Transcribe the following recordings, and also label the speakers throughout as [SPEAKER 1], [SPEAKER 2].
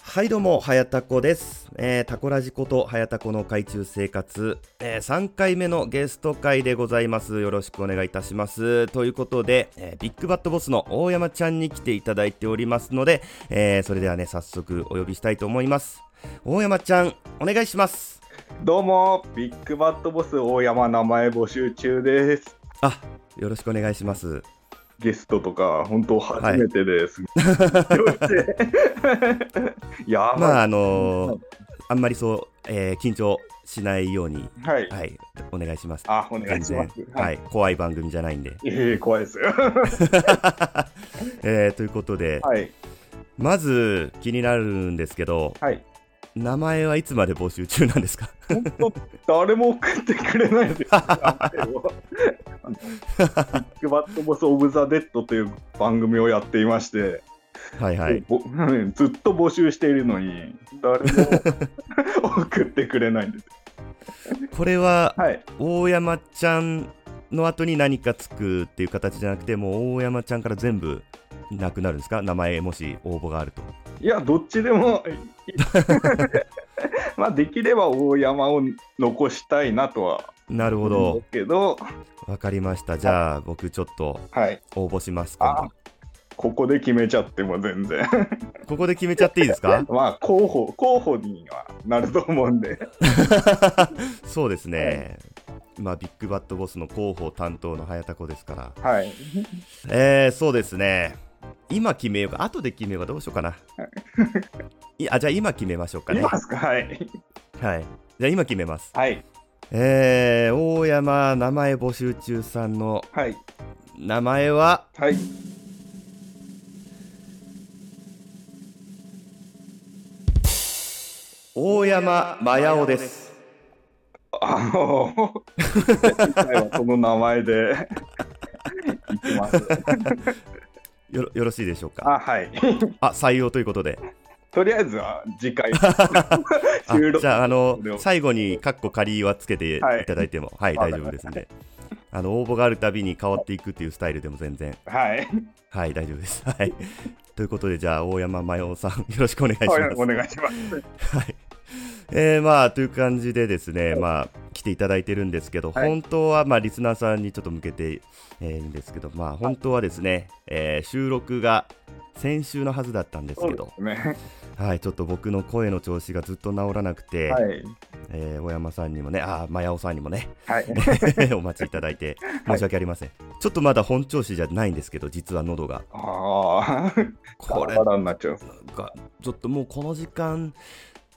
[SPEAKER 1] はいどうも、はやたこです。えー、タコラジことはやたこの海中生活、えー、3回目のゲスト会でございます。よろしくお願いいたします。ということで、えービッグバットボスの大山ちゃんに来ていただいておりますので、えー、それではね、早速お呼びしたいと思います。大山ちゃん、お願いします。
[SPEAKER 2] どうも、ビッグバットボス大山名前募集中です。
[SPEAKER 1] あ、よろしくお願いします。
[SPEAKER 2] ゲストとか、本当初めてです。 やばい。
[SPEAKER 1] まあ、あのーあんまりそう、えー緊張しないように、
[SPEAKER 2] はい。
[SPEAKER 1] はい、お願いします。
[SPEAKER 2] あ、お願いします
[SPEAKER 1] 全。然はい、怖い番組じゃないんで。
[SPEAKER 2] い。ええ怖いですよ。
[SPEAKER 1] えーということで、
[SPEAKER 2] はい。
[SPEAKER 1] まず気になるんですけど、
[SPEAKER 2] はい。
[SPEAKER 1] 名前はいつまで募集中なんです か
[SPEAKER 2] 本当、誰も送ってくれないです。あのビッグバットボスオブザ・デッドという番組をやっていまして、
[SPEAKER 1] はいはい。
[SPEAKER 2] ぼ ずっと募集しているのに、誰 も送ってくれないんです。
[SPEAKER 1] これは、
[SPEAKER 2] はい。
[SPEAKER 1] 大山ちゃんの後に何かつくっていう形じゃなくて、もう大山ちゃんから全部なくなるんですか名前、もし応募があると。
[SPEAKER 2] いや、どっちでも いい。まあ、できれば大山を残したいなとは
[SPEAKER 1] なるほ
[SPEAKER 2] 思う
[SPEAKER 1] ど。
[SPEAKER 2] けど、
[SPEAKER 1] わかりました。じゃあ、僕ちょっと
[SPEAKER 2] はい、
[SPEAKER 1] 応募しますか。
[SPEAKER 2] ここで決めちゃっても全然。
[SPEAKER 1] ここで決めちゃっていいですか
[SPEAKER 2] まあ、候補、候補にはなると思うんで。
[SPEAKER 1] そうですね。まあ、ビッグバットボスの広報担当の早田子ですから。
[SPEAKER 2] はい。
[SPEAKER 1] えー、そうですね。今決めようか、後で決めようか、どうしよう かな。いあじゃあ今決めましょうか
[SPEAKER 2] い
[SPEAKER 1] ね。
[SPEAKER 2] ま
[SPEAKER 1] はい。
[SPEAKER 2] すかはい。
[SPEAKER 1] じゃあ今決めます。
[SPEAKER 2] はい。
[SPEAKER 1] えー、大山名前募集中さんの
[SPEAKER 2] はい。
[SPEAKER 1] 名前は、
[SPEAKER 2] はい。
[SPEAKER 1] 大山まやおです。
[SPEAKER 2] あの、今回はこの名 前でいきます。
[SPEAKER 1] よろよろしいでしょうか。
[SPEAKER 2] あ、はい。
[SPEAKER 1] あ、採用ということで。
[SPEAKER 2] とりあえずは 次回
[SPEAKER 1] あ
[SPEAKER 2] 収録
[SPEAKER 1] じ。ゃあ、あの
[SPEAKER 2] で、も
[SPEAKER 1] 最後に、カッコ仮はつけてい
[SPEAKER 2] はい
[SPEAKER 1] ただいても、はい、大丈夫ですんで。あの、応募があるたびに変わっていくっていうスタイルでも全然、
[SPEAKER 2] はい。
[SPEAKER 1] はい、大丈夫です。 はい。ということで、じゃあ、大山まやおさん、よ ろしくお願いします。
[SPEAKER 2] はいお願いします。
[SPEAKER 1] はい。えー、まあという感じでですね、まあ来ていただいてるんですけど、
[SPEAKER 2] はい
[SPEAKER 1] 本当はまあリスナーさんにちょっと向けて、えーいるんですけど、まあ本当はですね、えー収録が先週のはずだったんですけど、
[SPEAKER 2] すね。
[SPEAKER 1] はい、ちょっと僕の声の調子がずっと治らなくて、
[SPEAKER 2] はい。
[SPEAKER 1] えー大山さんにもね、あー、まやおさんにも ね、
[SPEAKER 2] はい。
[SPEAKER 1] お待ちいただいて、申し訳ありません、ちょっとまだ本調子じゃないんですけど、実は喉が。
[SPEAKER 2] ああ、
[SPEAKER 1] これ
[SPEAKER 2] バラバラになっちゃう。
[SPEAKER 1] がちょっともうこの時間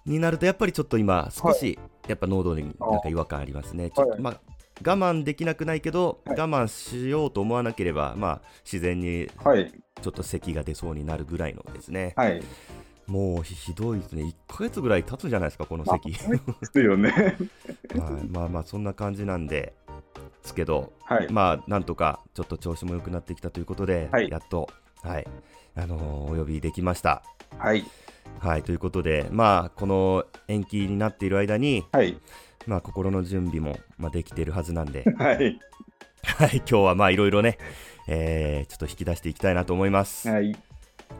[SPEAKER 1] になるとやっぱりちょっと今少しやっぱ喉になんか違和感ありますね、ちょっとまあ我慢できなくないけど、
[SPEAKER 2] はい
[SPEAKER 1] 我慢しようと思わなければまあ自然に
[SPEAKER 2] はい、
[SPEAKER 1] ちょっと咳が出そうになるぐらいのですね、
[SPEAKER 2] はい。で
[SPEAKER 1] もうひひどいですね1ヶ月ぐらい経つんじゃないですかこの咳、
[SPEAKER 2] すよね。
[SPEAKER 1] はい、まあまあそんな感じなんでですけど
[SPEAKER 2] はい。
[SPEAKER 1] まあなんとかちょっと調子も良くなってきたということで、
[SPEAKER 2] はい
[SPEAKER 1] やっとはいあのーお呼びできました
[SPEAKER 2] はい。
[SPEAKER 1] はい、ということで、まあ、この延期になっている間に、
[SPEAKER 2] はい。
[SPEAKER 1] まあ、心の準備も、まあ、できているはずなん で、
[SPEAKER 2] はい。
[SPEAKER 1] はい、今日はまあ、いろいろね、えーちょっと引き出していきたいなと思います。はい、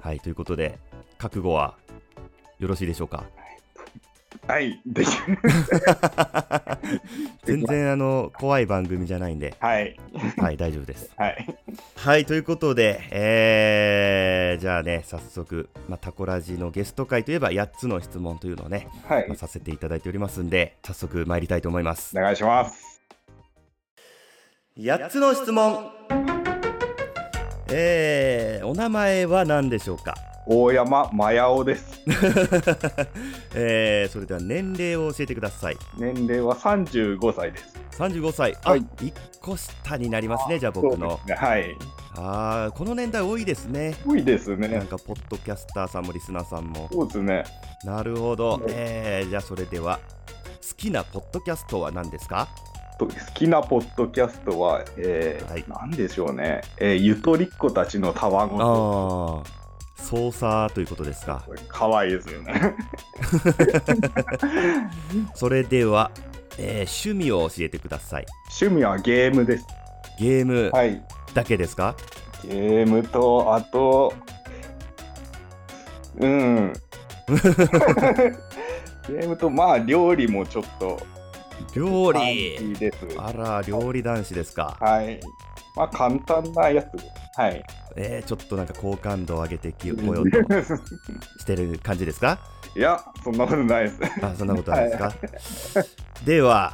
[SPEAKER 2] はい。
[SPEAKER 1] ということで、覚悟はよろしいでしょうか。
[SPEAKER 2] はい。でき
[SPEAKER 1] 全然、あの、怖い番組じゃないんで、
[SPEAKER 2] はい。
[SPEAKER 1] はい、大丈夫です。
[SPEAKER 2] はい。
[SPEAKER 1] はい、ということで、えーじゃあね、早速、まあ、タコラジのゲスト会といえば、8つの質問というのをね、
[SPEAKER 2] は
[SPEAKER 1] まあ
[SPEAKER 2] い。
[SPEAKER 1] させていただいておりますんで、早速参りたいと思います
[SPEAKER 2] お。願いします。
[SPEAKER 1] 8つの質問えー、お名前は何でしょうか、
[SPEAKER 2] 大山まやおです。
[SPEAKER 1] えー、それでは年齢を教えてください
[SPEAKER 2] 年齢は三十五歳です。
[SPEAKER 1] 35歳あ、
[SPEAKER 2] は
[SPEAKER 1] 一
[SPEAKER 2] い
[SPEAKER 1] 1個下になりますねじゃあ僕の
[SPEAKER 2] そうですねはい。
[SPEAKER 1] あーこの年代多いですね
[SPEAKER 2] 多いです
[SPEAKER 1] なん
[SPEAKER 2] ね。
[SPEAKER 1] かポッドキャスターさんもリスナーさんも
[SPEAKER 2] そうですね。
[SPEAKER 1] なるほど
[SPEAKER 2] うん、
[SPEAKER 1] えー、じゃあそれでは好きなポッドキャストは何ですか
[SPEAKER 2] と好きなポッドキャストは、えー
[SPEAKER 1] はい
[SPEAKER 2] なんでしょうね。えー、ゆとりっ子たちのたわ
[SPEAKER 1] あ
[SPEAKER 2] ご。
[SPEAKER 1] ー操作ということですか
[SPEAKER 2] かわいいですよね。
[SPEAKER 1] それでは、えー、趣味を教えてください
[SPEAKER 2] 趣味はゲームです。
[SPEAKER 1] ゲーム
[SPEAKER 2] はい。
[SPEAKER 1] だけですか、
[SPEAKER 2] ゲームとあとうんゲームと、まあ、料理もちょっと、
[SPEAKER 1] 料
[SPEAKER 2] 感
[SPEAKER 1] 理
[SPEAKER 2] じです。
[SPEAKER 1] あら料理男子ですか、
[SPEAKER 2] はい。まあ、簡単なやつです。はい。
[SPEAKER 1] えー、ちょっとなんか好感度を上げてきこようとしてる感じですか
[SPEAKER 2] いや、そんなことないです。
[SPEAKER 1] あそんなことないですか、 では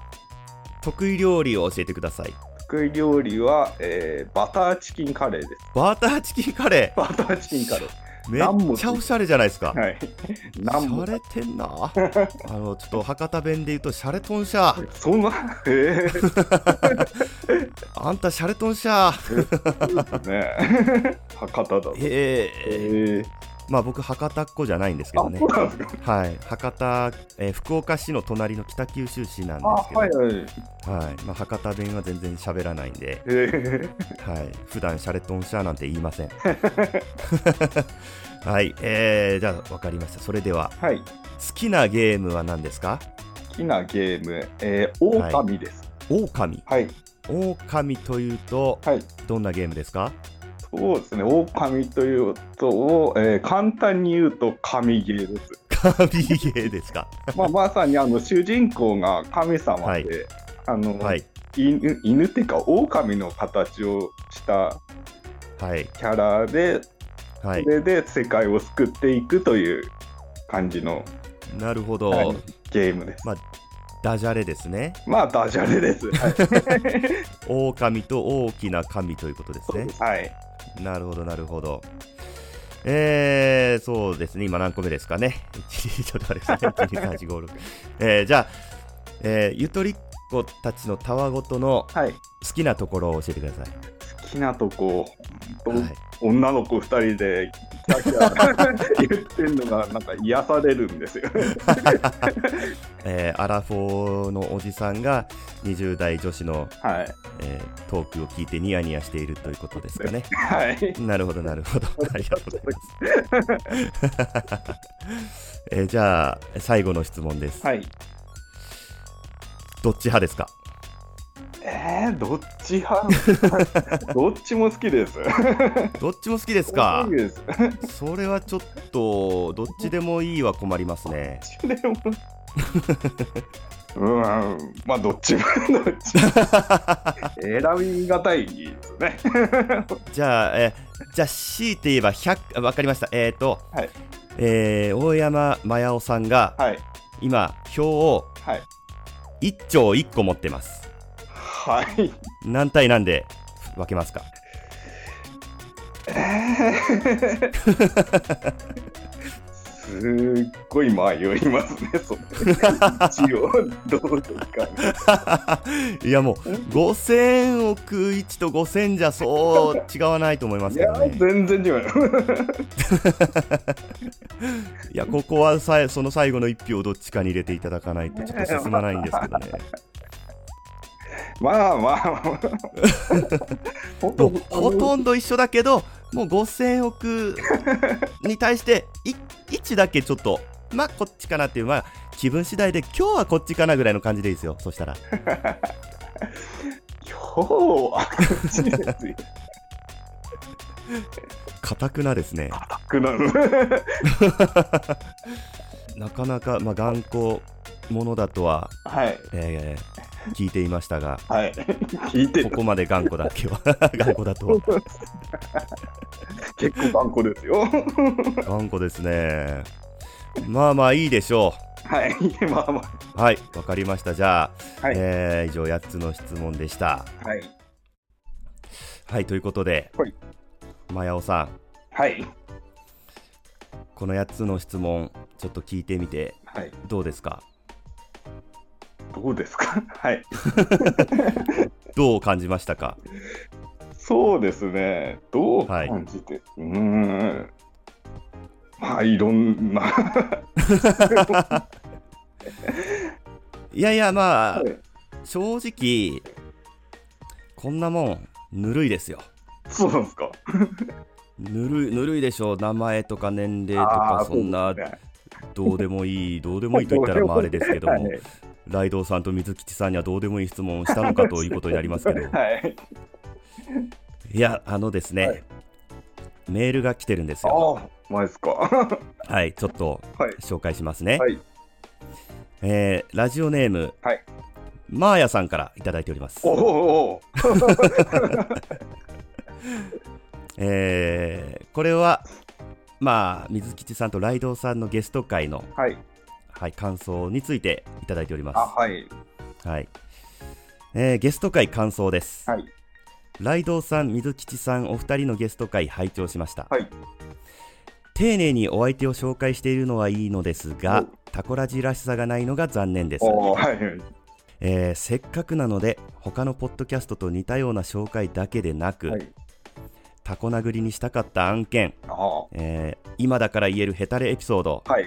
[SPEAKER 1] 得意料理を教えてください
[SPEAKER 2] 得意料理は、えーバターチキンカレーです。
[SPEAKER 1] バターチキンカレ
[SPEAKER 2] バターチキンカレー。
[SPEAKER 1] ーめっちゃおしゃれじゃないですか
[SPEAKER 2] はい。何も
[SPEAKER 1] 洒落て んなあのちょっと博多弁で言うとシャレトンシャー
[SPEAKER 2] そんな、えー、
[SPEAKER 1] あんたシャレトンシャー
[SPEAKER 2] ね博多だ。
[SPEAKER 1] え
[SPEAKER 2] え
[SPEAKER 1] え
[SPEAKER 2] ー、
[SPEAKER 1] まあ僕博多っ子じゃないんですけ
[SPEAKER 2] あ、
[SPEAKER 1] ど
[SPEAKER 2] そ
[SPEAKER 1] ね
[SPEAKER 2] うなんですか。
[SPEAKER 1] はい博多、えー福岡市の隣の北九州市なんで
[SPEAKER 2] あ、
[SPEAKER 1] すけど
[SPEAKER 2] はいは
[SPEAKER 1] は
[SPEAKER 2] い。
[SPEAKER 1] いまあ、博多弁は全然喋らないん で、
[SPEAKER 2] えー、
[SPEAKER 1] はい、普段シャレトンシャーなんて言いませ ん。はい、えー、じゃあ分かりました。それでは、
[SPEAKER 2] はい。
[SPEAKER 1] 好きなゲームは何ですか
[SPEAKER 2] 好きなゲーム、えー、オオカミです。
[SPEAKER 1] 狼。
[SPEAKER 2] はい。
[SPEAKER 1] 狼というと、
[SPEAKER 2] はい。
[SPEAKER 1] どんなゲームですか
[SPEAKER 2] そうですね、オオカミというとを、えー簡単に言うと神ゲ ーです。
[SPEAKER 1] 神ゲーですか。
[SPEAKER 2] まあ、まさにあの主人公が神様で、
[SPEAKER 1] はい
[SPEAKER 2] あの
[SPEAKER 1] はい、
[SPEAKER 2] 犬犬っていうかオオカミの形をした
[SPEAKER 1] はい、
[SPEAKER 2] キャラで、
[SPEAKER 1] はい
[SPEAKER 2] そ。れで世界を救っていくという感じの
[SPEAKER 1] なるほど、
[SPEAKER 2] はいゲームです。
[SPEAKER 1] ダジャレですね。
[SPEAKER 2] まあダジャレです。はい。
[SPEAKER 1] 狼と大きな神ということですね。
[SPEAKER 2] はい、
[SPEAKER 1] なるほど、なるほど。えー、そうですね、今何個目ですかね。1ちょっとあれですね、1 2 3 4 5 6。えー、じゃあ、えーゆとりっ子たちのたわごとの
[SPEAKER 2] はい、
[SPEAKER 1] 好きなところを教えてください。
[SPEAKER 2] 好きなとこ、ほんと
[SPEAKER 1] はい、
[SPEAKER 2] 女の子2人でキャーキャー言ってるのがなんか癒されるんですよ。
[SPEAKER 1] えーアラフォーのおじさんが20代女子の、
[SPEAKER 2] はい
[SPEAKER 1] えートークを聞いてニヤニヤしているということです かね。
[SPEAKER 2] はい。
[SPEAKER 1] なるほど、なるほ ど。ありがとうございます。 えーじゃあ、最後の質問です。
[SPEAKER 2] はい。
[SPEAKER 1] どっち派ですか
[SPEAKER 2] えー、どっち派 どっちも好きです。
[SPEAKER 1] どっちも好きですか
[SPEAKER 2] 好きです。
[SPEAKER 1] それはちょっとどっちでもいいは困ります ね。
[SPEAKER 2] でも。うーん、まあどっちもどっ ちも選びがたいですね。
[SPEAKER 1] じゃあ、えじゃあ強いて言えば100あわかりました。えっ、と、
[SPEAKER 2] はい
[SPEAKER 1] えー大山真央さんが
[SPEAKER 2] はい
[SPEAKER 1] 今票を
[SPEAKER 2] はい
[SPEAKER 1] 1丁1個持ってます。
[SPEAKER 2] はい。
[SPEAKER 1] 何対何で分けますか。
[SPEAKER 2] えーすっごい迷いますね、それ。一応、どうですかね。
[SPEAKER 1] いやもうん5000億1と5000じゃそう違わないと思います
[SPEAKER 2] い
[SPEAKER 1] け
[SPEAKER 2] や
[SPEAKER 1] ど、ね。
[SPEAKER 2] 全然違う。
[SPEAKER 1] いやここはさえその最後の1票をどっちかに入れていただかないとちょっと進まないんですけどね。
[SPEAKER 2] まあまあまあ。ほ
[SPEAKER 1] とほとんど一緒だけどもう5000億 に対してい1だけちょっとまあこっちかなっていうまあ気分次第で今日はこっちかなぐらいの感じでいいですよそしたら
[SPEAKER 2] 今日はこっちですよ。
[SPEAKER 1] かたくなですね
[SPEAKER 2] くなる。
[SPEAKER 1] なかなか、まあ、頑固者だとは、
[SPEAKER 2] はい。
[SPEAKER 1] えー聞いていましたが
[SPEAKER 2] はい。聞いて
[SPEAKER 1] こ
[SPEAKER 2] る。
[SPEAKER 1] こまで頑固だけは 頑固だとは
[SPEAKER 2] 結構頑固ですよ。
[SPEAKER 1] 頑固ですねまあまあいいでしょ
[SPEAKER 2] はい。まあま
[SPEAKER 1] うはいわかりましたじゃあ、
[SPEAKER 2] はい
[SPEAKER 1] えー以上8つの質問でした
[SPEAKER 2] あ。はい。
[SPEAKER 1] はいということで、
[SPEAKER 2] はい
[SPEAKER 1] まやおさん
[SPEAKER 2] はい。
[SPEAKER 1] この8つの質問ちょっと聞いてみて
[SPEAKER 2] はい。
[SPEAKER 1] どうですか
[SPEAKER 2] どうですかはい。
[SPEAKER 1] どう感じましたか
[SPEAKER 2] そうですね。どう
[SPEAKER 1] はい
[SPEAKER 2] 感じて、うーん。まあ、いろんな。
[SPEAKER 1] いやいやまあ
[SPEAKER 2] はい
[SPEAKER 1] 正直こんなもんぬるいですよ
[SPEAKER 2] そうなんですか。
[SPEAKER 1] ぬるいぬるいでしょう名前とか年齢と
[SPEAKER 2] あ
[SPEAKER 1] か
[SPEAKER 2] あ
[SPEAKER 1] そんな
[SPEAKER 2] そうですね
[SPEAKER 1] どうでもいいどうでもいいと言ったらまああれですけども
[SPEAKER 2] はい
[SPEAKER 1] ライドウさんと水吉さんにはどうでもいい質問をしたのかということになりますけど
[SPEAKER 2] はい。
[SPEAKER 1] いやあのですね、
[SPEAKER 2] はい
[SPEAKER 1] メールが来てるんですよ
[SPEAKER 2] あマジっすか。 は
[SPEAKER 1] はい、ちょっと
[SPEAKER 2] い。
[SPEAKER 1] 紹介しますね。
[SPEAKER 2] はい
[SPEAKER 1] えーラジオネーム、
[SPEAKER 2] はい
[SPEAKER 1] マーヤさんからいただいております
[SPEAKER 2] お。おお
[SPEAKER 1] えーこれは、まあ、水吉さんとライドウさんのゲスト会の、
[SPEAKER 2] お。はい。
[SPEAKER 1] はい、感想についていただいており
[SPEAKER 2] あ、
[SPEAKER 1] ま
[SPEAKER 2] はい。
[SPEAKER 1] す。はい。えーゲスト会感想です。
[SPEAKER 2] はい。
[SPEAKER 1] ライドウさん、水吉さん、お二人のゲスト会拝聴しました。
[SPEAKER 2] はい
[SPEAKER 1] 丁寧にお相手を紹介しているのはいいのですが、タコラジらしさがないのが残念です。
[SPEAKER 2] おおはい。
[SPEAKER 1] えーせっかくなので他のポッドキャストと似たような紹介だけでなく、
[SPEAKER 2] はい
[SPEAKER 1] タコ殴りにしたかった案件、
[SPEAKER 2] ああ。
[SPEAKER 1] えー今だから言えるヘタレエピソード
[SPEAKER 2] はい。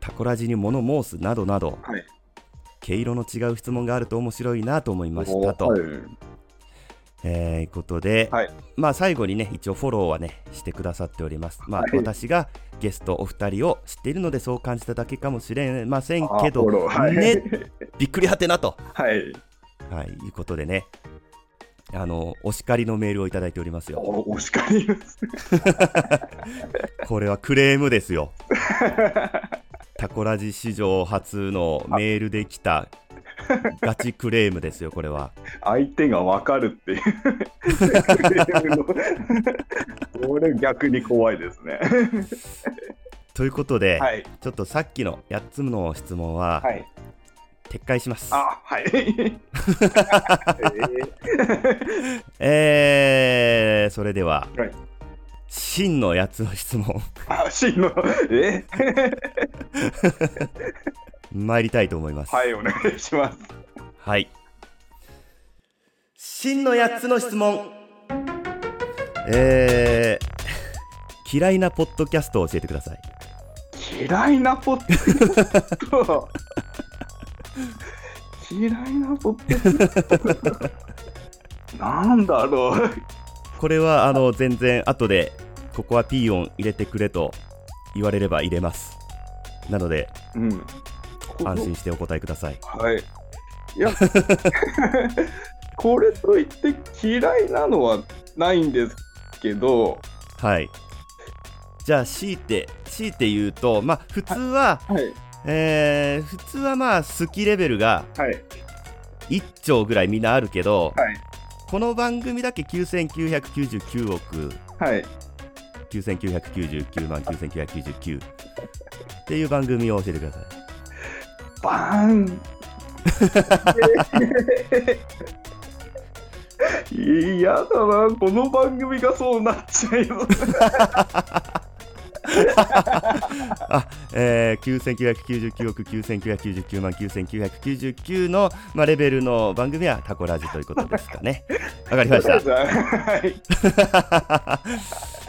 [SPEAKER 1] タコラジに物申すなどなど
[SPEAKER 2] はい。
[SPEAKER 1] 毛色の違う質問があると面白いなと思いましたと、
[SPEAKER 2] おはい
[SPEAKER 1] いえーいうことで、
[SPEAKER 2] はい
[SPEAKER 1] まあ、最後にね一応フォローはねしてくださっております、まあ
[SPEAKER 2] はい
[SPEAKER 1] 私がゲストお二人を知っているのでそう感じただけかもしれません
[SPEAKER 2] あ
[SPEAKER 1] けど
[SPEAKER 2] フォローはい
[SPEAKER 1] ねびっくりはてなと
[SPEAKER 2] はい。
[SPEAKER 1] はい、いうことでね、あの、お叱りのメールをいただいておりますよ。
[SPEAKER 2] おお叱りです。
[SPEAKER 1] これはクレームですよ。 タコラジ史上初のメールで来 たガチクレームですよ、これは。
[SPEAKER 2] 相手がわかるっていうクレームの。これ逆に怖いですね。
[SPEAKER 1] ということで、
[SPEAKER 2] はい。
[SPEAKER 1] ちょっとさっきの8つの質問は
[SPEAKER 2] はい。
[SPEAKER 1] 撤回します。
[SPEAKER 2] あ、 はい。えー
[SPEAKER 1] えー、それでは、
[SPEAKER 2] はい
[SPEAKER 1] 真の8つの質問、
[SPEAKER 2] あ、真の。え
[SPEAKER 1] 参りたいと思います。
[SPEAKER 2] はい、お願いします。
[SPEAKER 1] はい。真の8つの質問。えー、 嫌いなポッドキャストを教えてください。
[SPEAKER 2] 嫌いなポッドキャスト嫌いなポッドキ ャストなんだろう
[SPEAKER 1] これは、あの、全然、後で、ここはピー音入れてくれと言われれば入れます。なので、
[SPEAKER 2] うん
[SPEAKER 1] 安心してお答えください。
[SPEAKER 2] はいいや これといって嫌いなのはないんですけど
[SPEAKER 1] はい。じゃあ、強いて、強いて言うと、まあ、普通は、
[SPEAKER 2] はい
[SPEAKER 1] えー、普通はまあ、好きレベルが
[SPEAKER 2] はい
[SPEAKER 1] 1丁ぐらいみんなあるけど、
[SPEAKER 2] はい
[SPEAKER 1] この番組だけ9999億
[SPEAKER 2] はい
[SPEAKER 1] 9999万9999っていう番組を教えてください
[SPEAKER 2] バーン 嫌だなこの番組がそうなっちゃいそう
[SPEAKER 1] あ、えー、9999億9999万9999の、まあ、レベルの番組はタコラジということですか ねわかりました、
[SPEAKER 2] はい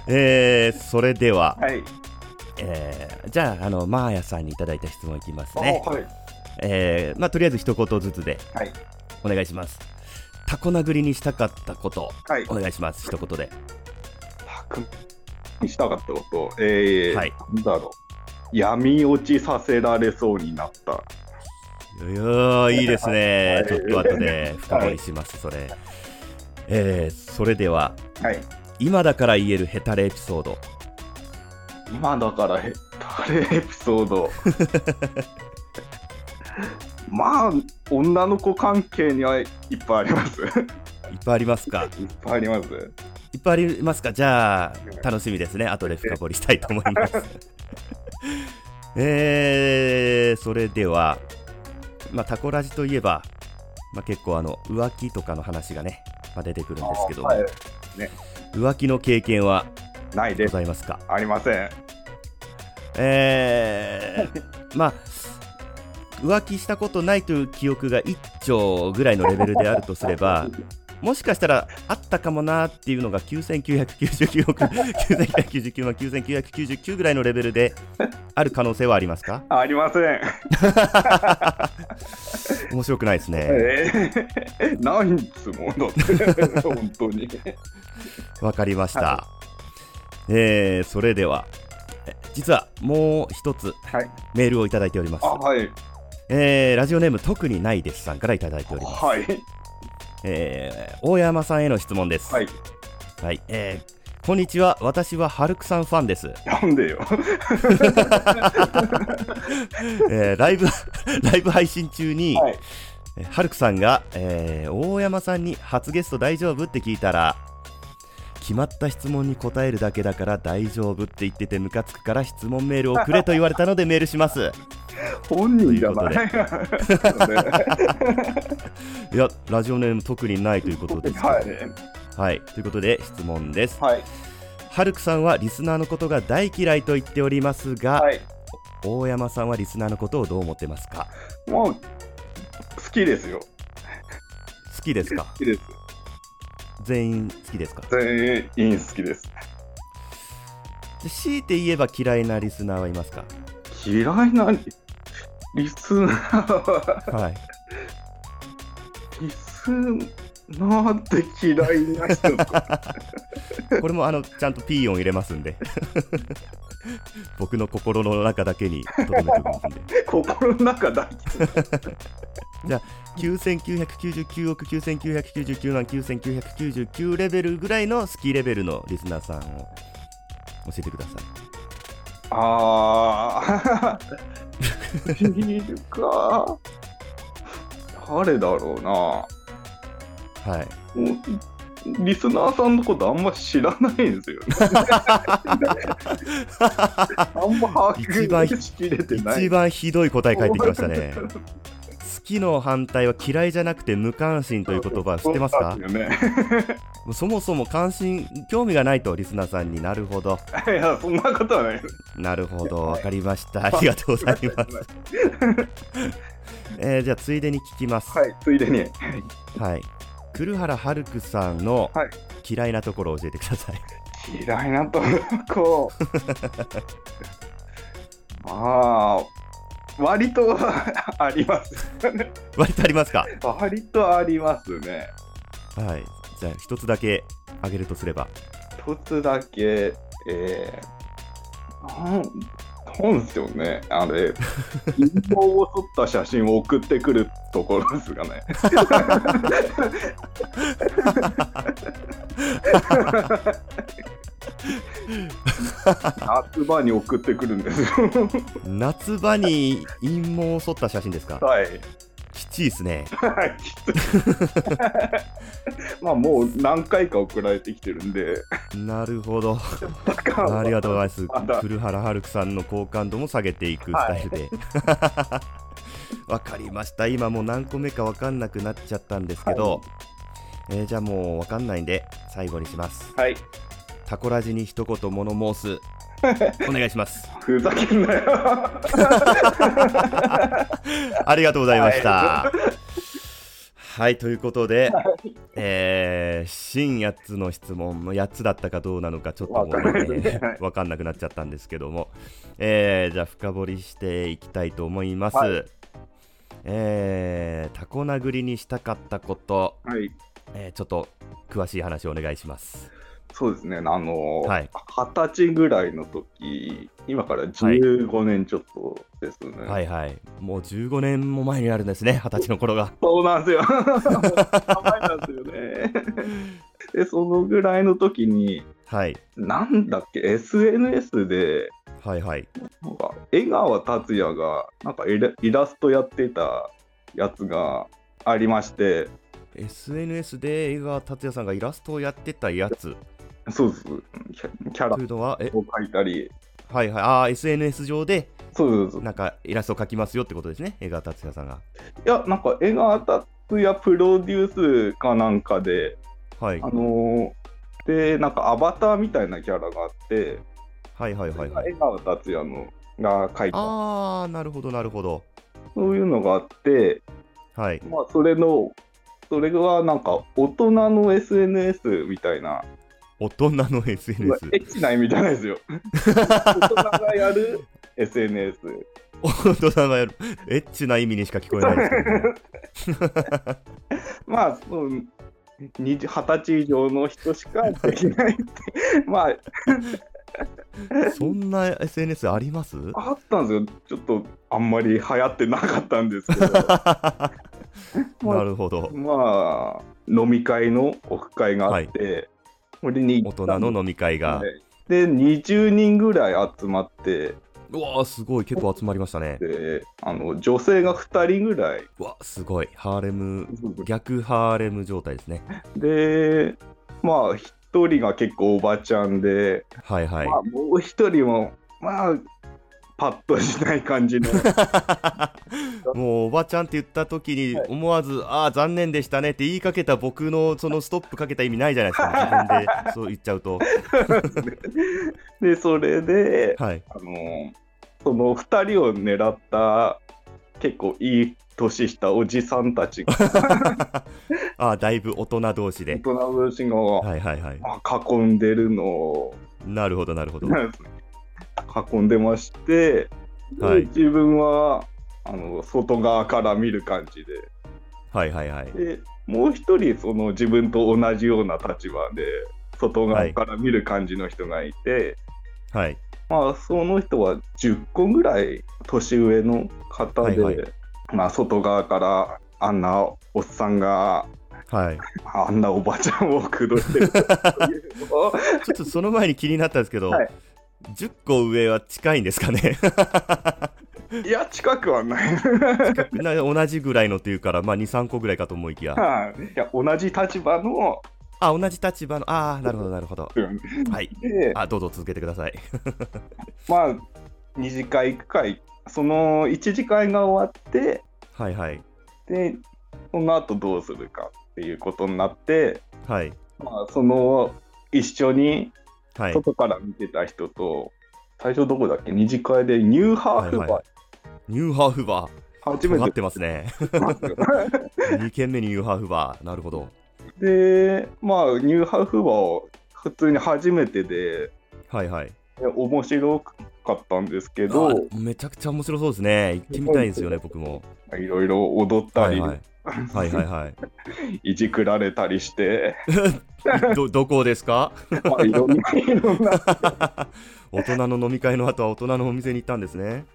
[SPEAKER 1] えー、それでは、
[SPEAKER 2] はい
[SPEAKER 1] えー、じゃああのマーヤさんにいただいた質問いきますね、
[SPEAKER 2] あはい
[SPEAKER 1] えーまあ、とりあえず一言ずつで
[SPEAKER 2] はい
[SPEAKER 1] お願いしますタコ殴りにしたかったこと
[SPEAKER 2] はい
[SPEAKER 1] お願いします一言で
[SPEAKER 2] 楽にしたかったこと、えー
[SPEAKER 1] はい
[SPEAKER 2] なんだろう、闇落ちさせられそうになった。
[SPEAKER 1] いやーいいですね
[SPEAKER 2] は、い
[SPEAKER 1] ちょっと後で深掘りします、それ。えー、それでは、
[SPEAKER 2] はい、
[SPEAKER 1] 今だから言えるヘタレエピソード、
[SPEAKER 2] 今だからへ、誰エピソード。 まあ、女の子関係にはいっぱいあり ます。いっ
[SPEAKER 1] いっぱいありますか、
[SPEAKER 2] ぱいあります。
[SPEAKER 1] いっぱいありますか、じゃあ、楽しみですね、後で深掘りしたいと思い ます。えー、それでは、まあ、タコラジといえば、まあ、結構あの浮気とかの話がね、まあ、出てくるんですけど、
[SPEAKER 2] はい
[SPEAKER 1] 浮気の経験は
[SPEAKER 2] ない
[SPEAKER 1] ご
[SPEAKER 2] です。
[SPEAKER 1] ざいますか
[SPEAKER 2] ありません。
[SPEAKER 1] えー、まあ浮気したことないという記憶が一丁ぐらいのレベルであるとすれ ばもしかしたらあったかもなーっていうのが9999億9999万9999ぐらいのレベルである可能性はありますか
[SPEAKER 2] ありません。
[SPEAKER 1] 面白くないですね
[SPEAKER 2] え ー、ないんですもん、だ って。本当に。
[SPEAKER 1] わかりました、
[SPEAKER 2] は
[SPEAKER 1] えー、それではえ実はもう一つ
[SPEAKER 2] はい。
[SPEAKER 1] メールをいただいております
[SPEAKER 2] あ、、はい。
[SPEAKER 1] えー、ラジオネーム特にないですさんからいただいております、
[SPEAKER 2] はい。
[SPEAKER 1] えー、大山さんへの質問です
[SPEAKER 2] はい。
[SPEAKER 1] はい、えーこんにちは私はハルクさんファン です、
[SPEAKER 2] なんでよ。
[SPEAKER 1] えーライブ ライブ配信中に、
[SPEAKER 2] はい
[SPEAKER 1] えーハルクさんが、えー大山さんに初ゲスト大丈夫って聞いたら決まった質問に答えるだけだから大丈夫って言っててムカつくから質問メールをくれと言われたのでメールし ます
[SPEAKER 2] 本人じゃない。
[SPEAKER 1] いやラジオネーム特にないということですけど
[SPEAKER 2] は
[SPEAKER 1] はい、
[SPEAKER 2] い。
[SPEAKER 1] ということで質問です、
[SPEAKER 2] はい。
[SPEAKER 1] ハルクさんはリスナーのことが大嫌いと言っておりますが、
[SPEAKER 2] はい。
[SPEAKER 1] 大山さんはリスナーのことをどう思ってますか
[SPEAKER 2] もう、好きですよ。
[SPEAKER 1] 好きですか
[SPEAKER 2] 好きです。
[SPEAKER 1] 全員好きですか
[SPEAKER 2] 全員好きです。
[SPEAKER 1] で強いて言えば嫌いなリスナーはいますか
[SPEAKER 2] 嫌いなリリスナーは、
[SPEAKER 1] はい
[SPEAKER 2] リスナーって嫌いな人か。
[SPEAKER 1] これもあのちゃんとピー音入れますんで 僕の心の中だけに留めておきますんで
[SPEAKER 2] 心の中だけ。
[SPEAKER 1] 9999億9999万9999レベルぐらいの好きレベルのリスナーさんを教えてください
[SPEAKER 2] あー。いるか。誰だろうな。
[SPEAKER 1] はい
[SPEAKER 2] もうリスナーさんのことあんま知らないんです よね。あんま把
[SPEAKER 1] 一番
[SPEAKER 2] 握しきれ てない。
[SPEAKER 1] 一番ひどい答え返ってきました ね好きの反対は嫌いじゃなくて無関心という言葉知ってますか
[SPEAKER 2] そうなんです
[SPEAKER 1] もうそもそも関心興味がないとリスナーさんになるほど
[SPEAKER 2] よねいや、そんなことはない。
[SPEAKER 1] なるほど、わかりました。ありがとうございます。 えーじゃあ、ついでに聞きます。
[SPEAKER 2] はい、ついで に。
[SPEAKER 1] はい。黒原遥久さんの
[SPEAKER 2] はい
[SPEAKER 1] 嫌いなところを教えてください。
[SPEAKER 2] 嫌いなとこ。まあ、割とあります。
[SPEAKER 1] 割とありますか
[SPEAKER 2] 割とありますね。
[SPEAKER 1] はい。じゃあ、一つだけ挙げるとすれば。
[SPEAKER 2] 一つだけ、えー、なん、なんですよね、あれ、陰謀を撮った写真を送ってくるところですがね。 夏場に送ってくるんですよ。
[SPEAKER 1] 夏場に陰謀を剃った写真ですか
[SPEAKER 2] はい。
[SPEAKER 1] きちいですね。
[SPEAKER 2] はい きついまあ、もう何回か送られてきてるんで、
[SPEAKER 1] なるほど。
[SPEAKER 2] だから
[SPEAKER 1] ありがとうございます
[SPEAKER 2] まだ。
[SPEAKER 1] 古原遥さんの好感度も下げていくスタイルで。 わかりました。今もう何個目かわかんなくなっちゃったんですけど、えーじゃあもうわかんないんで、最後にします。
[SPEAKER 2] はい。
[SPEAKER 1] タコラジに一言物申 す。お願いします。
[SPEAKER 2] ふざけん なよ。
[SPEAKER 1] ありがとうございました。はい、ということで、えー、新8つの質問の8つだったかどうなのか、ちょっともう、
[SPEAKER 2] わかんないですね
[SPEAKER 1] えーわかんなくなっちゃったんですけども、えー、じゃあ、深掘りしていきたいと思います。
[SPEAKER 2] は
[SPEAKER 1] えー、タコ殴りにしたかったこと、
[SPEAKER 2] はい、
[SPEAKER 1] えー、ちょっと詳しい話をお願いします。
[SPEAKER 2] そうですね、あの、
[SPEAKER 1] は
[SPEAKER 2] 二
[SPEAKER 1] い
[SPEAKER 2] 十歳ぐらいの時今から15年ちょっとですね。
[SPEAKER 1] はいはい、もう15年も前になるんですね、二十歳の頃が。
[SPEAKER 2] そうな んですよ。名前なんですよね。で、そのぐらいの時に、
[SPEAKER 1] はい、
[SPEAKER 2] なんだっけ、SNS で、
[SPEAKER 1] はいはい、
[SPEAKER 2] なんか江川達也が、なんかイライラストやってたやつがありまして、
[SPEAKER 1] SNS で江川達也さんがイラストをやってたやつ
[SPEAKER 2] そうです。キャキャラ
[SPEAKER 1] というのは、え
[SPEAKER 2] を描いたり、
[SPEAKER 1] はいはい、ああ、SNS 上で
[SPEAKER 2] そうです。
[SPEAKER 1] なんかイラストを描きますよってことですね、江川達也さんが。
[SPEAKER 2] いや、なんか江川達也プロデュースかなんかで、
[SPEAKER 1] はい、
[SPEAKER 2] あ
[SPEAKER 1] は
[SPEAKER 2] のーで、なんかアバターみたいなキャラがあって、
[SPEAKER 1] いはいはいはい。
[SPEAKER 2] 江川達也のが描いた、
[SPEAKER 1] ああ、なるほどなるほど。
[SPEAKER 2] そういうのがあって、
[SPEAKER 1] はい、
[SPEAKER 2] まあ、それの、それがなんか大人の SNS みたいな、
[SPEAKER 1] 大人の
[SPEAKER 2] エッ
[SPEAKER 1] SNS。
[SPEAKER 2] チな意味じゃないですよ。大人がやる SNS。
[SPEAKER 1] 大人がやる。エッチな意味にしか聞こえないですけども。
[SPEAKER 2] まあ、そう二十二十歳以上の人しかできないって、 まあ、
[SPEAKER 1] そんな SNS あります
[SPEAKER 2] あったんですよ。ちょっとあんまり流行ってなかったんですけど。
[SPEAKER 1] なるほど。
[SPEAKER 2] まあ、飲み会のオフ会があって、これに行
[SPEAKER 1] 大
[SPEAKER 2] っ
[SPEAKER 1] 人
[SPEAKER 2] たんです
[SPEAKER 1] の飲み会が。
[SPEAKER 2] で20人ぐらい集まって
[SPEAKER 1] うわー、すごい、結構集まりましたね。
[SPEAKER 2] であの女性が2人ぐらいう
[SPEAKER 1] わ、すごい、ハーレム、逆ハーレム状態ですね。
[SPEAKER 2] でまあ1人が結構おばちゃんで、
[SPEAKER 1] はいはい
[SPEAKER 2] ま。あ、もう1人もまあパッとしない感じの
[SPEAKER 1] もうおばちゃんって言った時に
[SPEAKER 2] はい
[SPEAKER 1] 思わず、ああ残念でしたねって言いかけた僕のそのストップかけた意味ないじゃないです か自分でそう言っちゃうと
[SPEAKER 2] でそれで
[SPEAKER 1] はい
[SPEAKER 2] あのその2人を狙った結構いい年したおじさんたちが
[SPEAKER 1] ああだいぶ大人同士
[SPEAKER 2] 大
[SPEAKER 1] で
[SPEAKER 2] 人同士が、
[SPEAKER 1] はいはいはい
[SPEAKER 2] まあ囲んでるのを
[SPEAKER 1] なるほどなるほど
[SPEAKER 2] 囲んでまして、で
[SPEAKER 1] はい
[SPEAKER 2] 自分はあの外側から見る感じ
[SPEAKER 1] はいはいはい
[SPEAKER 2] ででもう一人その自分と同じような立場で外側から見る感じの人がいて、
[SPEAKER 1] はい
[SPEAKER 2] まあ、その人は10個ぐらい年上の方で、
[SPEAKER 1] はいは
[SPEAKER 2] まあ、外側からあんなおっさんが
[SPEAKER 1] はい
[SPEAKER 2] あんなおばちゃんを口説いてる っていうのを
[SPEAKER 1] ちょっとその前に気になったんですけど、
[SPEAKER 2] はい
[SPEAKER 1] 10個上は近いんですかね
[SPEAKER 2] いや近くはない。
[SPEAKER 1] な同じぐらいのっていうから、まあ、23個ぐらいかと思いきや
[SPEAKER 2] はいいや同じ立場の
[SPEAKER 1] あ同じ立場のああなるほどなるほど
[SPEAKER 2] うん
[SPEAKER 1] はい
[SPEAKER 2] で
[SPEAKER 1] あどうぞ続けてください
[SPEAKER 2] まあ二次会行く会その一次会が終わって
[SPEAKER 1] はいはい
[SPEAKER 2] でその後どうするかっていうことになって、
[SPEAKER 1] はい
[SPEAKER 2] まあ、その一緒に
[SPEAKER 1] はい
[SPEAKER 2] 外から見てた人と、最初どこだっけ二次会でニューハーフバ
[SPEAKER 1] は
[SPEAKER 2] ー、
[SPEAKER 1] いはニューハーフバー
[SPEAKER 2] 初め
[SPEAKER 1] 尖っててますね。
[SPEAKER 2] 見ますよ
[SPEAKER 1] 2軒目にニューハーフバー。なるほど。
[SPEAKER 2] でまあニューハーフバーを普通に初めてで
[SPEAKER 1] はいはい。
[SPEAKER 2] で面白かったんですけ
[SPEAKER 1] あ
[SPEAKER 2] ど
[SPEAKER 1] めちゃくちゃ面白そうですね。行ってみたいんですよね、僕も。
[SPEAKER 2] いろいろ踊った
[SPEAKER 1] はい
[SPEAKER 2] り、
[SPEAKER 1] はい。はいはいはい
[SPEAKER 2] じくられたりして、
[SPEAKER 1] い。ど、どこですか
[SPEAKER 2] まあ、いろんないろんな
[SPEAKER 1] 大人の飲み会の後は大人のお店に行ったんですね。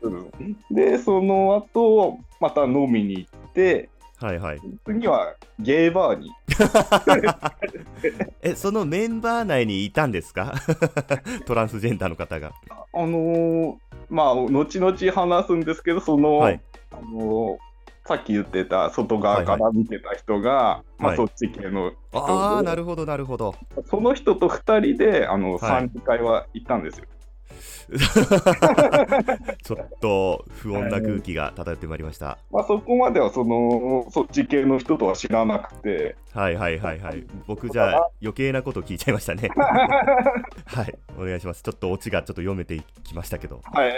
[SPEAKER 2] でその後また飲みに行って
[SPEAKER 1] はいはい。
[SPEAKER 2] 次はゲイバーに
[SPEAKER 1] え、そのメンバー内にいたんですか トランスジェンダーの方が。
[SPEAKER 2] あのーまあ後々話すんですけどその、
[SPEAKER 1] はい。
[SPEAKER 2] あのーさっき言ってた外側から見てた人が、ま
[SPEAKER 1] は
[SPEAKER 2] あ、
[SPEAKER 1] い
[SPEAKER 2] そっち系の人で、
[SPEAKER 1] ああ、なるほどなるほど。
[SPEAKER 2] その人と2人であの
[SPEAKER 1] はい
[SPEAKER 2] 3次会は行ったんですよ。
[SPEAKER 1] ちょっと不穏な空気が漂ってまいりました。
[SPEAKER 2] まあ、そこまではそのそっち系の人とは知らなくて
[SPEAKER 1] はいはいはいはい。僕じゃあ余計なこと聞いちゃいましたね。 はい、お願いします。ちょっとオチがちょっと読めてきましたけど。
[SPEAKER 2] はい、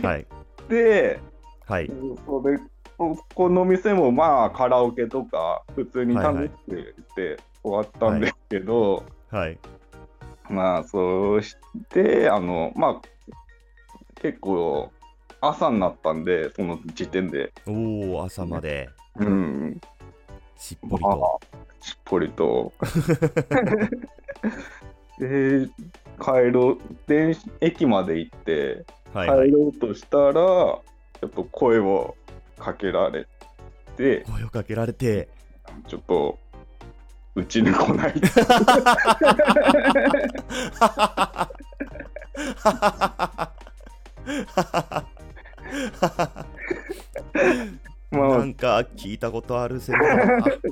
[SPEAKER 1] はい。
[SPEAKER 2] で
[SPEAKER 1] はい。
[SPEAKER 2] それここの店もまあカラオケとか普通に楽しくて終わったんですけど、
[SPEAKER 1] はい。
[SPEAKER 2] まあそうしてあのまあ結構朝になったんでその時点で
[SPEAKER 1] おお、朝まで、
[SPEAKER 2] うん
[SPEAKER 1] しっぽ
[SPEAKER 2] ま
[SPEAKER 1] りと。
[SPEAKER 2] あしっぽりと。 で帰ろう電車駅まで行って
[SPEAKER 1] はいはい
[SPEAKER 2] 帰。ろうとしたら、ちょっと声をかけられて。
[SPEAKER 1] 声をかけられて、
[SPEAKER 2] ちょっと、うちに来ないで
[SPEAKER 1] な
[SPEAKER 2] まあ、
[SPEAKER 1] んか聞いたことあるセリフだな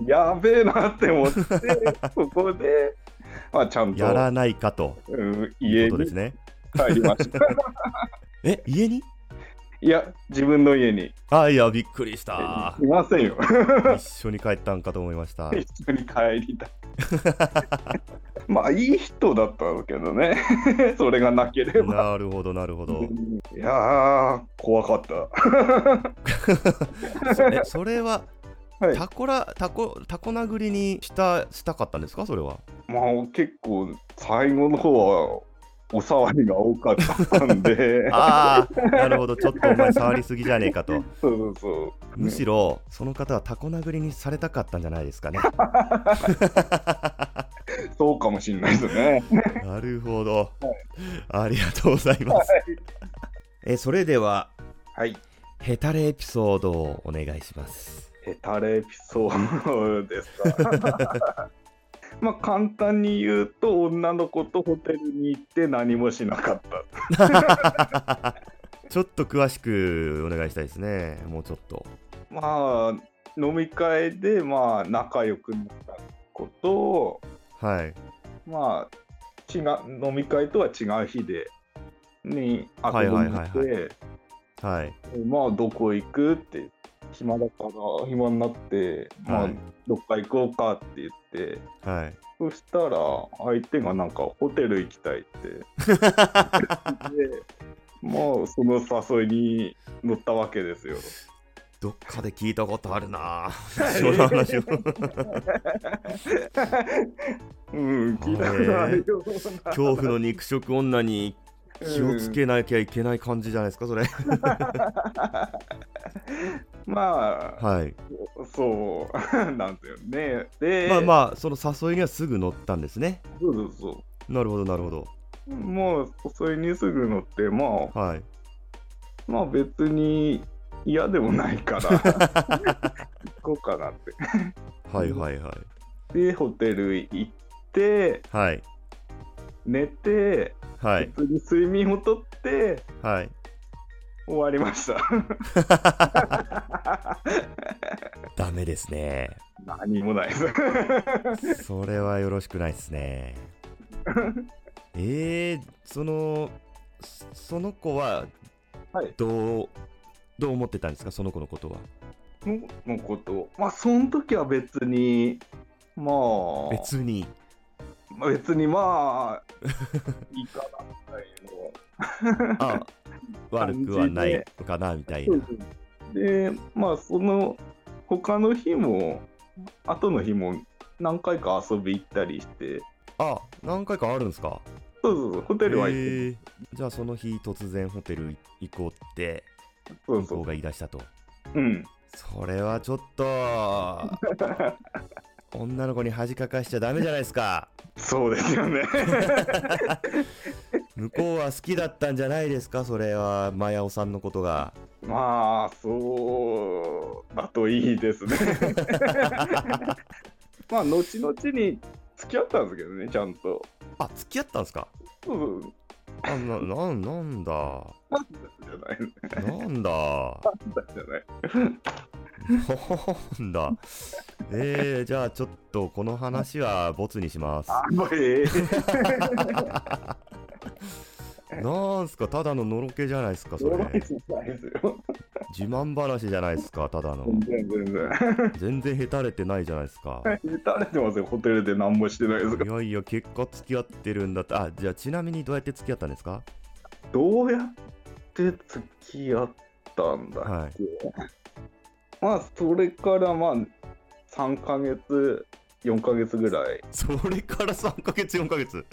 [SPEAKER 2] やべえなって思って、そこで、まあ、ちゃん
[SPEAKER 1] や
[SPEAKER 2] と、
[SPEAKER 1] らないかと
[SPEAKER 2] うん、
[SPEAKER 1] い
[SPEAKER 2] 家
[SPEAKER 1] うことで
[SPEAKER 2] に
[SPEAKER 1] すね。
[SPEAKER 2] 帰りま した。
[SPEAKER 1] え、家に
[SPEAKER 2] いや、自分の家に
[SPEAKER 1] あ、いや、びっくりした
[SPEAKER 2] い。ませんよ。
[SPEAKER 1] 一緒に帰ったんかと思いま した。
[SPEAKER 2] 一緒に帰りたい。 まあ、いい人だったけどね、 それがなければ。
[SPEAKER 1] なるほど、なるほ ど。
[SPEAKER 2] いやー、怖かった。
[SPEAKER 1] そえそれは、
[SPEAKER 2] はい
[SPEAKER 1] タコラタコタコ殴りにしたしたかったんですかそれ は。
[SPEAKER 2] まあ、結構、最後の方は、お触りが多かったんで
[SPEAKER 1] ああなるほどちょっとお前触りすぎじゃねえかと
[SPEAKER 2] そうそうそう。
[SPEAKER 1] むしろその方はタコ殴りにされたかったんじゃないですかね
[SPEAKER 2] ねそうかもしれないですね。
[SPEAKER 1] なるほどありがとうございますえそれでは
[SPEAKER 2] はい。
[SPEAKER 1] ヘタレエピソードをお願いします
[SPEAKER 2] ヘタレエピソードですか。まあ、簡単に言うと女の子とホテルに行って何もしなかった
[SPEAKER 1] ちょっと詳しくお願いしたいですね。もうちょっと。
[SPEAKER 2] まあ飲み会でまあ仲良くなった子と
[SPEAKER 1] はい。
[SPEAKER 2] まあ違う飲み会とは違う日でに遊びに行って、
[SPEAKER 1] はいはいはいはい。
[SPEAKER 2] まあどこ行くって暇だから暇になって、ま
[SPEAKER 1] は
[SPEAKER 2] あ
[SPEAKER 1] い
[SPEAKER 2] どっか行こうかって言って
[SPEAKER 1] はい。
[SPEAKER 2] そしたら相手がなんかホテル行きた いって。でまあその誘いに乗ったわけですよ。
[SPEAKER 1] どっかで聞いたことあるなぁ。 その話を。
[SPEAKER 2] うん聞いたことあるような。
[SPEAKER 1] 恐怖の肉食女に気をつけなきゃいけない感じじゃないですか、それ。
[SPEAKER 2] まあ、
[SPEAKER 1] はい。
[SPEAKER 2] そう、なんだよね。で、
[SPEAKER 1] まあまあ、その誘いにはすぐ乗ったんですね。
[SPEAKER 2] あ、そうそうそ
[SPEAKER 1] なるほど、なるほど。
[SPEAKER 2] う。もう、それにすぐ乗って、まあ、
[SPEAKER 1] はい。
[SPEAKER 2] まあ別に嫌でもな いから、行こうかなって。
[SPEAKER 1] はいはいはい。
[SPEAKER 2] で、ホテル行って、
[SPEAKER 1] はい。
[SPEAKER 2] 寝て、
[SPEAKER 1] はい。
[SPEAKER 2] 普通に睡眠をとって、
[SPEAKER 1] はい。
[SPEAKER 2] 終わりました。
[SPEAKER 1] ダメですね。
[SPEAKER 2] 何もないです。
[SPEAKER 1] それはよろしくないですね。えー、その、そその子は
[SPEAKER 2] はい、
[SPEAKER 1] どう、どう思ってたんですか、その子のことは。
[SPEAKER 2] ののこと。まあ、その時は別に、まあ、
[SPEAKER 1] 別 に。
[SPEAKER 2] まあ別にまあいいかなみたいな
[SPEAKER 1] あ悪くはないかなみたいな。
[SPEAKER 2] でまあその他の日も後の日も何回か遊び行ったりして
[SPEAKER 1] あ何回かあるんですか
[SPEAKER 2] そうそうそうホテルは行って、
[SPEAKER 1] へーじゃあその日突然ホテルい行こうって
[SPEAKER 2] そう
[SPEAKER 1] 向こ
[SPEAKER 2] そうう
[SPEAKER 1] が言い出したと。
[SPEAKER 2] うん
[SPEAKER 1] それはちょっ と女の子に恥かかしちゃダメじゃないですか。
[SPEAKER 2] そうですよね
[SPEAKER 1] 向こうは好きだったんじゃないですかそれはマヤオさんのことが。
[SPEAKER 2] まあそうだといいですねまあ後々に付き合ったんですけどねちゃんと
[SPEAKER 1] あ付き合ったんですか
[SPEAKER 2] そうそう
[SPEAKER 1] あななんなんだ
[SPEAKER 2] じゃない
[SPEAKER 1] なんだ
[SPEAKER 2] じゃない
[SPEAKER 1] なんだえー、じゃあちょっとこの話はボツにします。
[SPEAKER 2] あんまり
[SPEAKER 1] なんすかただののろけじゃないですかそれ
[SPEAKER 2] 驚いてないですよ
[SPEAKER 1] 自慢話じゃないですかただの
[SPEAKER 2] 全然全然。
[SPEAKER 1] 全然へたれてないじゃないですか
[SPEAKER 2] 垂れてますよ、ホテルで何もしてないですか。
[SPEAKER 1] いやいや結果付き合ってるんだってあじゃあちなみにどうやって付き合ったんですから
[SPEAKER 2] どうやって付き合ったんだっけ、
[SPEAKER 1] はい
[SPEAKER 2] まあ、それからまあ、3ヶ月、4ヶ月ぐらい。
[SPEAKER 1] それから3ヶ月4ヶ月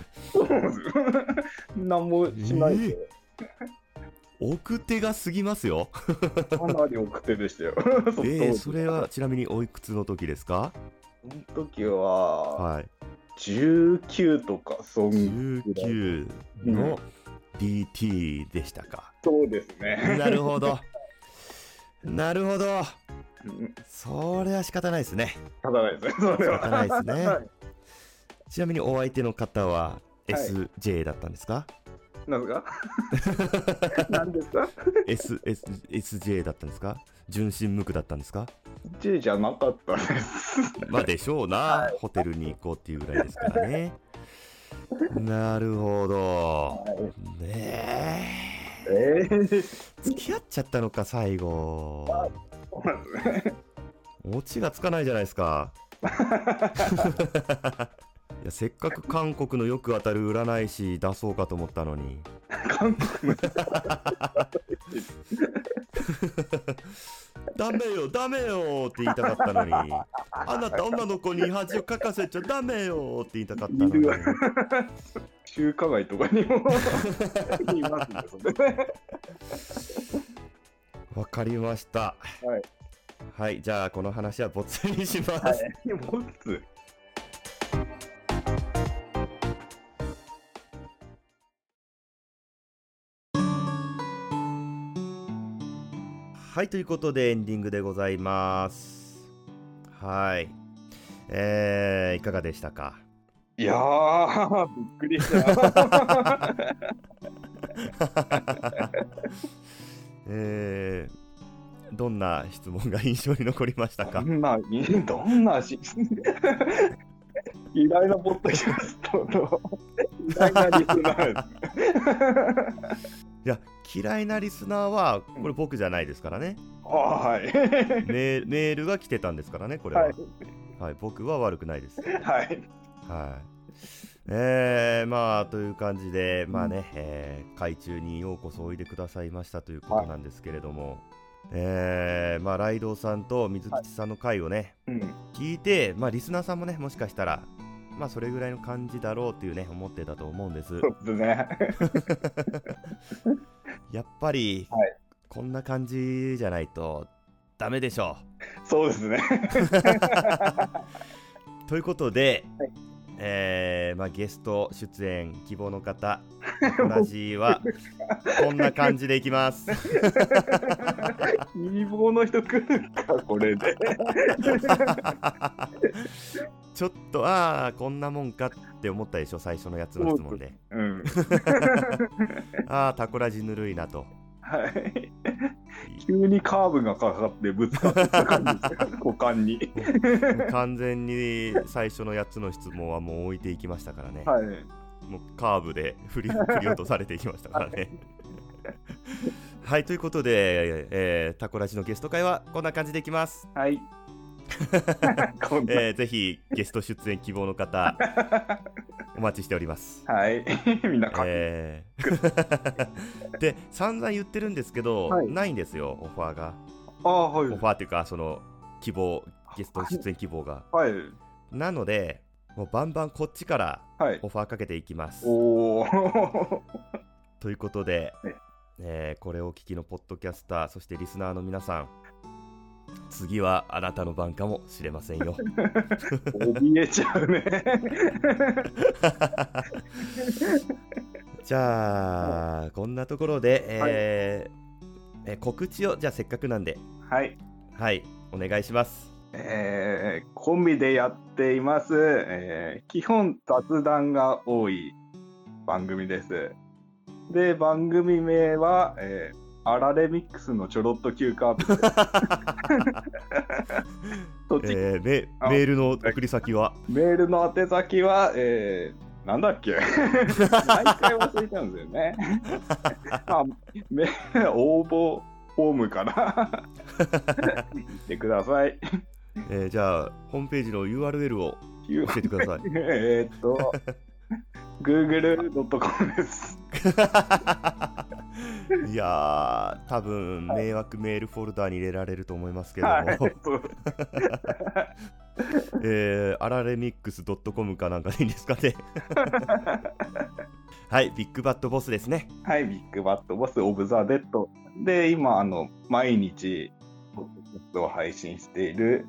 [SPEAKER 2] 何もしないで、
[SPEAKER 1] 奥手が過ぎますよ
[SPEAKER 2] かなり奥手でしたよ。 その当時
[SPEAKER 1] えー、それはちなみにおいくつの時ですか
[SPEAKER 2] その時は、
[SPEAKER 1] はい
[SPEAKER 2] 19とか、そん
[SPEAKER 1] 19の DT でしたか
[SPEAKER 2] そうですね。
[SPEAKER 1] なるほ どなるほど
[SPEAKER 2] うん
[SPEAKER 1] それは仕方ないです ね
[SPEAKER 2] ただないですね、それは。
[SPEAKER 1] 仕方ないですね
[SPEAKER 2] はい
[SPEAKER 1] ちなみにお相手の方は
[SPEAKER 2] はい
[SPEAKER 1] SJ だったんですか、
[SPEAKER 2] なん ですか何ですか
[SPEAKER 1] S S ?SJ だったんですか純真無垢だったんですか
[SPEAKER 2] ?J じゃなかったです。
[SPEAKER 1] まあでしょうな、
[SPEAKER 2] はい
[SPEAKER 1] ホテルに行こうっていうぐらいですから ね。なるほど。ねえ。
[SPEAKER 2] えー、
[SPEAKER 1] 付き合っちゃったのか、最後。オチがつかないじゃないです か。いやせっかく韓国のよく当たる占い師出そうかと思ったのに。
[SPEAKER 2] 韓国の
[SPEAKER 1] ダメよダメよって言いたかったのにあなた女の子に恥をかかせちゃダメよって言いたかったの
[SPEAKER 2] い
[SPEAKER 1] に
[SPEAKER 2] るわ 中華街とか にもいますね、それね。
[SPEAKER 1] わかりました
[SPEAKER 2] はい、
[SPEAKER 1] はい、じゃあこの話はボツにします、
[SPEAKER 2] はい、もう一つ。
[SPEAKER 1] はい、ということでエンディングでございます。はい。えー、いかがでしたか
[SPEAKER 2] いやー、びっくりした。
[SPEAKER 1] えーどんな質問が印象に残りました
[SPEAKER 2] ど
[SPEAKER 1] か
[SPEAKER 2] んな、どんなし、偉大なポッドキャストの、偉大なリスナーです。
[SPEAKER 1] いや嫌いなリスナーはこれ僕じゃないですからね
[SPEAKER 2] あはい。
[SPEAKER 1] メーメールが来てたんですからねこれは、
[SPEAKER 2] は
[SPEAKER 1] はい
[SPEAKER 2] い。
[SPEAKER 1] 僕は悪くないです
[SPEAKER 2] はい。
[SPEAKER 1] はいえー、まあという感じでまあね、えー海中にようこそおいでくださいましたということなんですけれども、えーまあライドウさんと水吉さんの回をね、
[SPEAKER 2] うん。
[SPEAKER 1] 聞いて、まあ、リスナーさんもね、もしかしたら、まあ、それぐらいの感じだろうっていうね、思ってたと思うんです
[SPEAKER 2] そ。うですね。
[SPEAKER 1] やっぱり、
[SPEAKER 2] は
[SPEAKER 1] こんな感じじゃないと、ダメでしょ
[SPEAKER 2] そうですね。
[SPEAKER 1] う。ということで、
[SPEAKER 2] はい
[SPEAKER 1] えーまあ、ゲスト出演希望の 方、同じは、こんな感じでいきます。
[SPEAKER 2] 希望の人来るか、これで。
[SPEAKER 1] ちょっと、ああ、こんなもんかって思ったでしょ、最初のやつの質問で。
[SPEAKER 2] うん。
[SPEAKER 1] ああ、タコラジぬるいなと。
[SPEAKER 2] はい。急にカーブがかかってぶつかってた感じですよ股間に。
[SPEAKER 1] 完全に最初の8つの質問はもう置いていきましたからね、
[SPEAKER 2] はい。
[SPEAKER 1] もうカーブで 振り振り落とされていきましたからね。はいということで、えータコラジのゲスト会はこんな感じでいきます、
[SPEAKER 2] はい。こ んな
[SPEAKER 1] えーぜひゲスト出演希望の 方お待ちしております、
[SPEAKER 2] はい。 みんなか、
[SPEAKER 1] え ーで散々言ってるんですけど、
[SPEAKER 2] はい
[SPEAKER 1] ないんですよオファーが
[SPEAKER 2] ああ、は
[SPEAKER 1] オ
[SPEAKER 2] い
[SPEAKER 1] フ。ァーっていうかその希望ゲスト出演希望が
[SPEAKER 2] はい。
[SPEAKER 1] なのでもうバンバンこっちから
[SPEAKER 2] はい。
[SPEAKER 1] オファーかけていきます
[SPEAKER 2] お お。
[SPEAKER 1] ということで
[SPEAKER 2] はい、
[SPEAKER 1] えーこれをお聞きのポッドキャスターそしてリスナーの皆さん次はあなたの番かもしれませんよ
[SPEAKER 2] 怯えちゃうね。
[SPEAKER 1] じゃあ、こんなところで、えーえー告知をじゃあせっかくなんで
[SPEAKER 2] はい。
[SPEAKER 1] はいお願いします
[SPEAKER 2] えーコンビでやっています。えー基本雑談が多い番組です。で、番組名は、えーアラレミックスのちょろっと休暇で す。
[SPEAKER 1] え
[SPEAKER 2] 栃木
[SPEAKER 1] ーメ
[SPEAKER 2] あ
[SPEAKER 1] メールの送り先は
[SPEAKER 2] メールの宛先は、えーなんだっけ毎回忘れちゃうんですよ ね。あめ応募フォームから行ってく ださい。
[SPEAKER 1] えーじゃあホームページの URL を教えてください
[SPEAKER 2] えーっと、google.com です。
[SPEAKER 1] いやー多分迷惑メールフォルダーに入れられると思いますけども、
[SPEAKER 2] はい。そう
[SPEAKER 1] えー、アラレミックス .com かなんかでいいんですか ねはいビッグバットボスですね
[SPEAKER 2] はい、ビッグバットボス、オブザ・デッド。で、今、あの、毎日、ポッドキャストを配信している、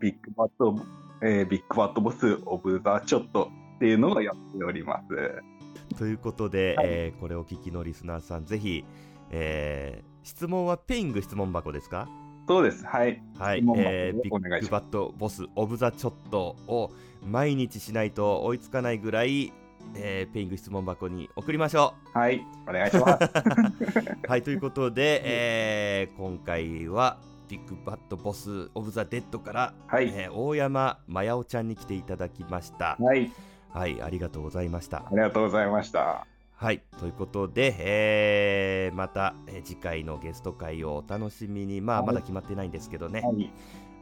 [SPEAKER 2] ビッグバット、えービッグバットボス、オブザ・ちょっとっていうのをやっております。
[SPEAKER 1] ということで、
[SPEAKER 2] はい
[SPEAKER 1] えーこれお聞きのリスナーさんぜひ、えー質問はペイング質問箱ですか
[SPEAKER 2] そうです。はい。
[SPEAKER 1] はい
[SPEAKER 2] 質問、箱
[SPEAKER 1] えービ
[SPEAKER 2] お願
[SPEAKER 1] ッ
[SPEAKER 2] い
[SPEAKER 1] グ
[SPEAKER 2] しま
[SPEAKER 1] バットボスオブザチョットを毎日しないと追いつかないぐらい、えーペイング質問箱に送りましょう
[SPEAKER 2] はい。お願いします。
[SPEAKER 1] はいということ で、えー今回はビッグバットボスオブザデッドから、
[SPEAKER 2] はい
[SPEAKER 1] えー大山まやおちゃんに来ていただきました
[SPEAKER 2] はい。
[SPEAKER 1] はいありがとうございました
[SPEAKER 2] ありがとうございました。
[SPEAKER 1] はいということで、えーまた、えー次回のゲスト会をお楽しみにまあ
[SPEAKER 2] はい
[SPEAKER 1] まだ決まってないんですけどね
[SPEAKER 2] はい。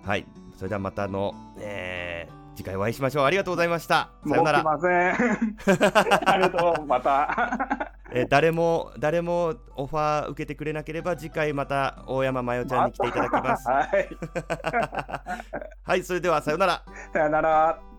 [SPEAKER 1] はいそれではまたの、えー次回お会いしましょうありがとうございましたさようなら、
[SPEAKER 2] もう来ま せん。ありがとう。また。
[SPEAKER 1] えー誰も誰もオファー受けてくれなければ次回また大山まよ ちゃんに来ていただきます
[SPEAKER 2] はい。
[SPEAKER 1] はい、それではさようなら。
[SPEAKER 2] さよなら。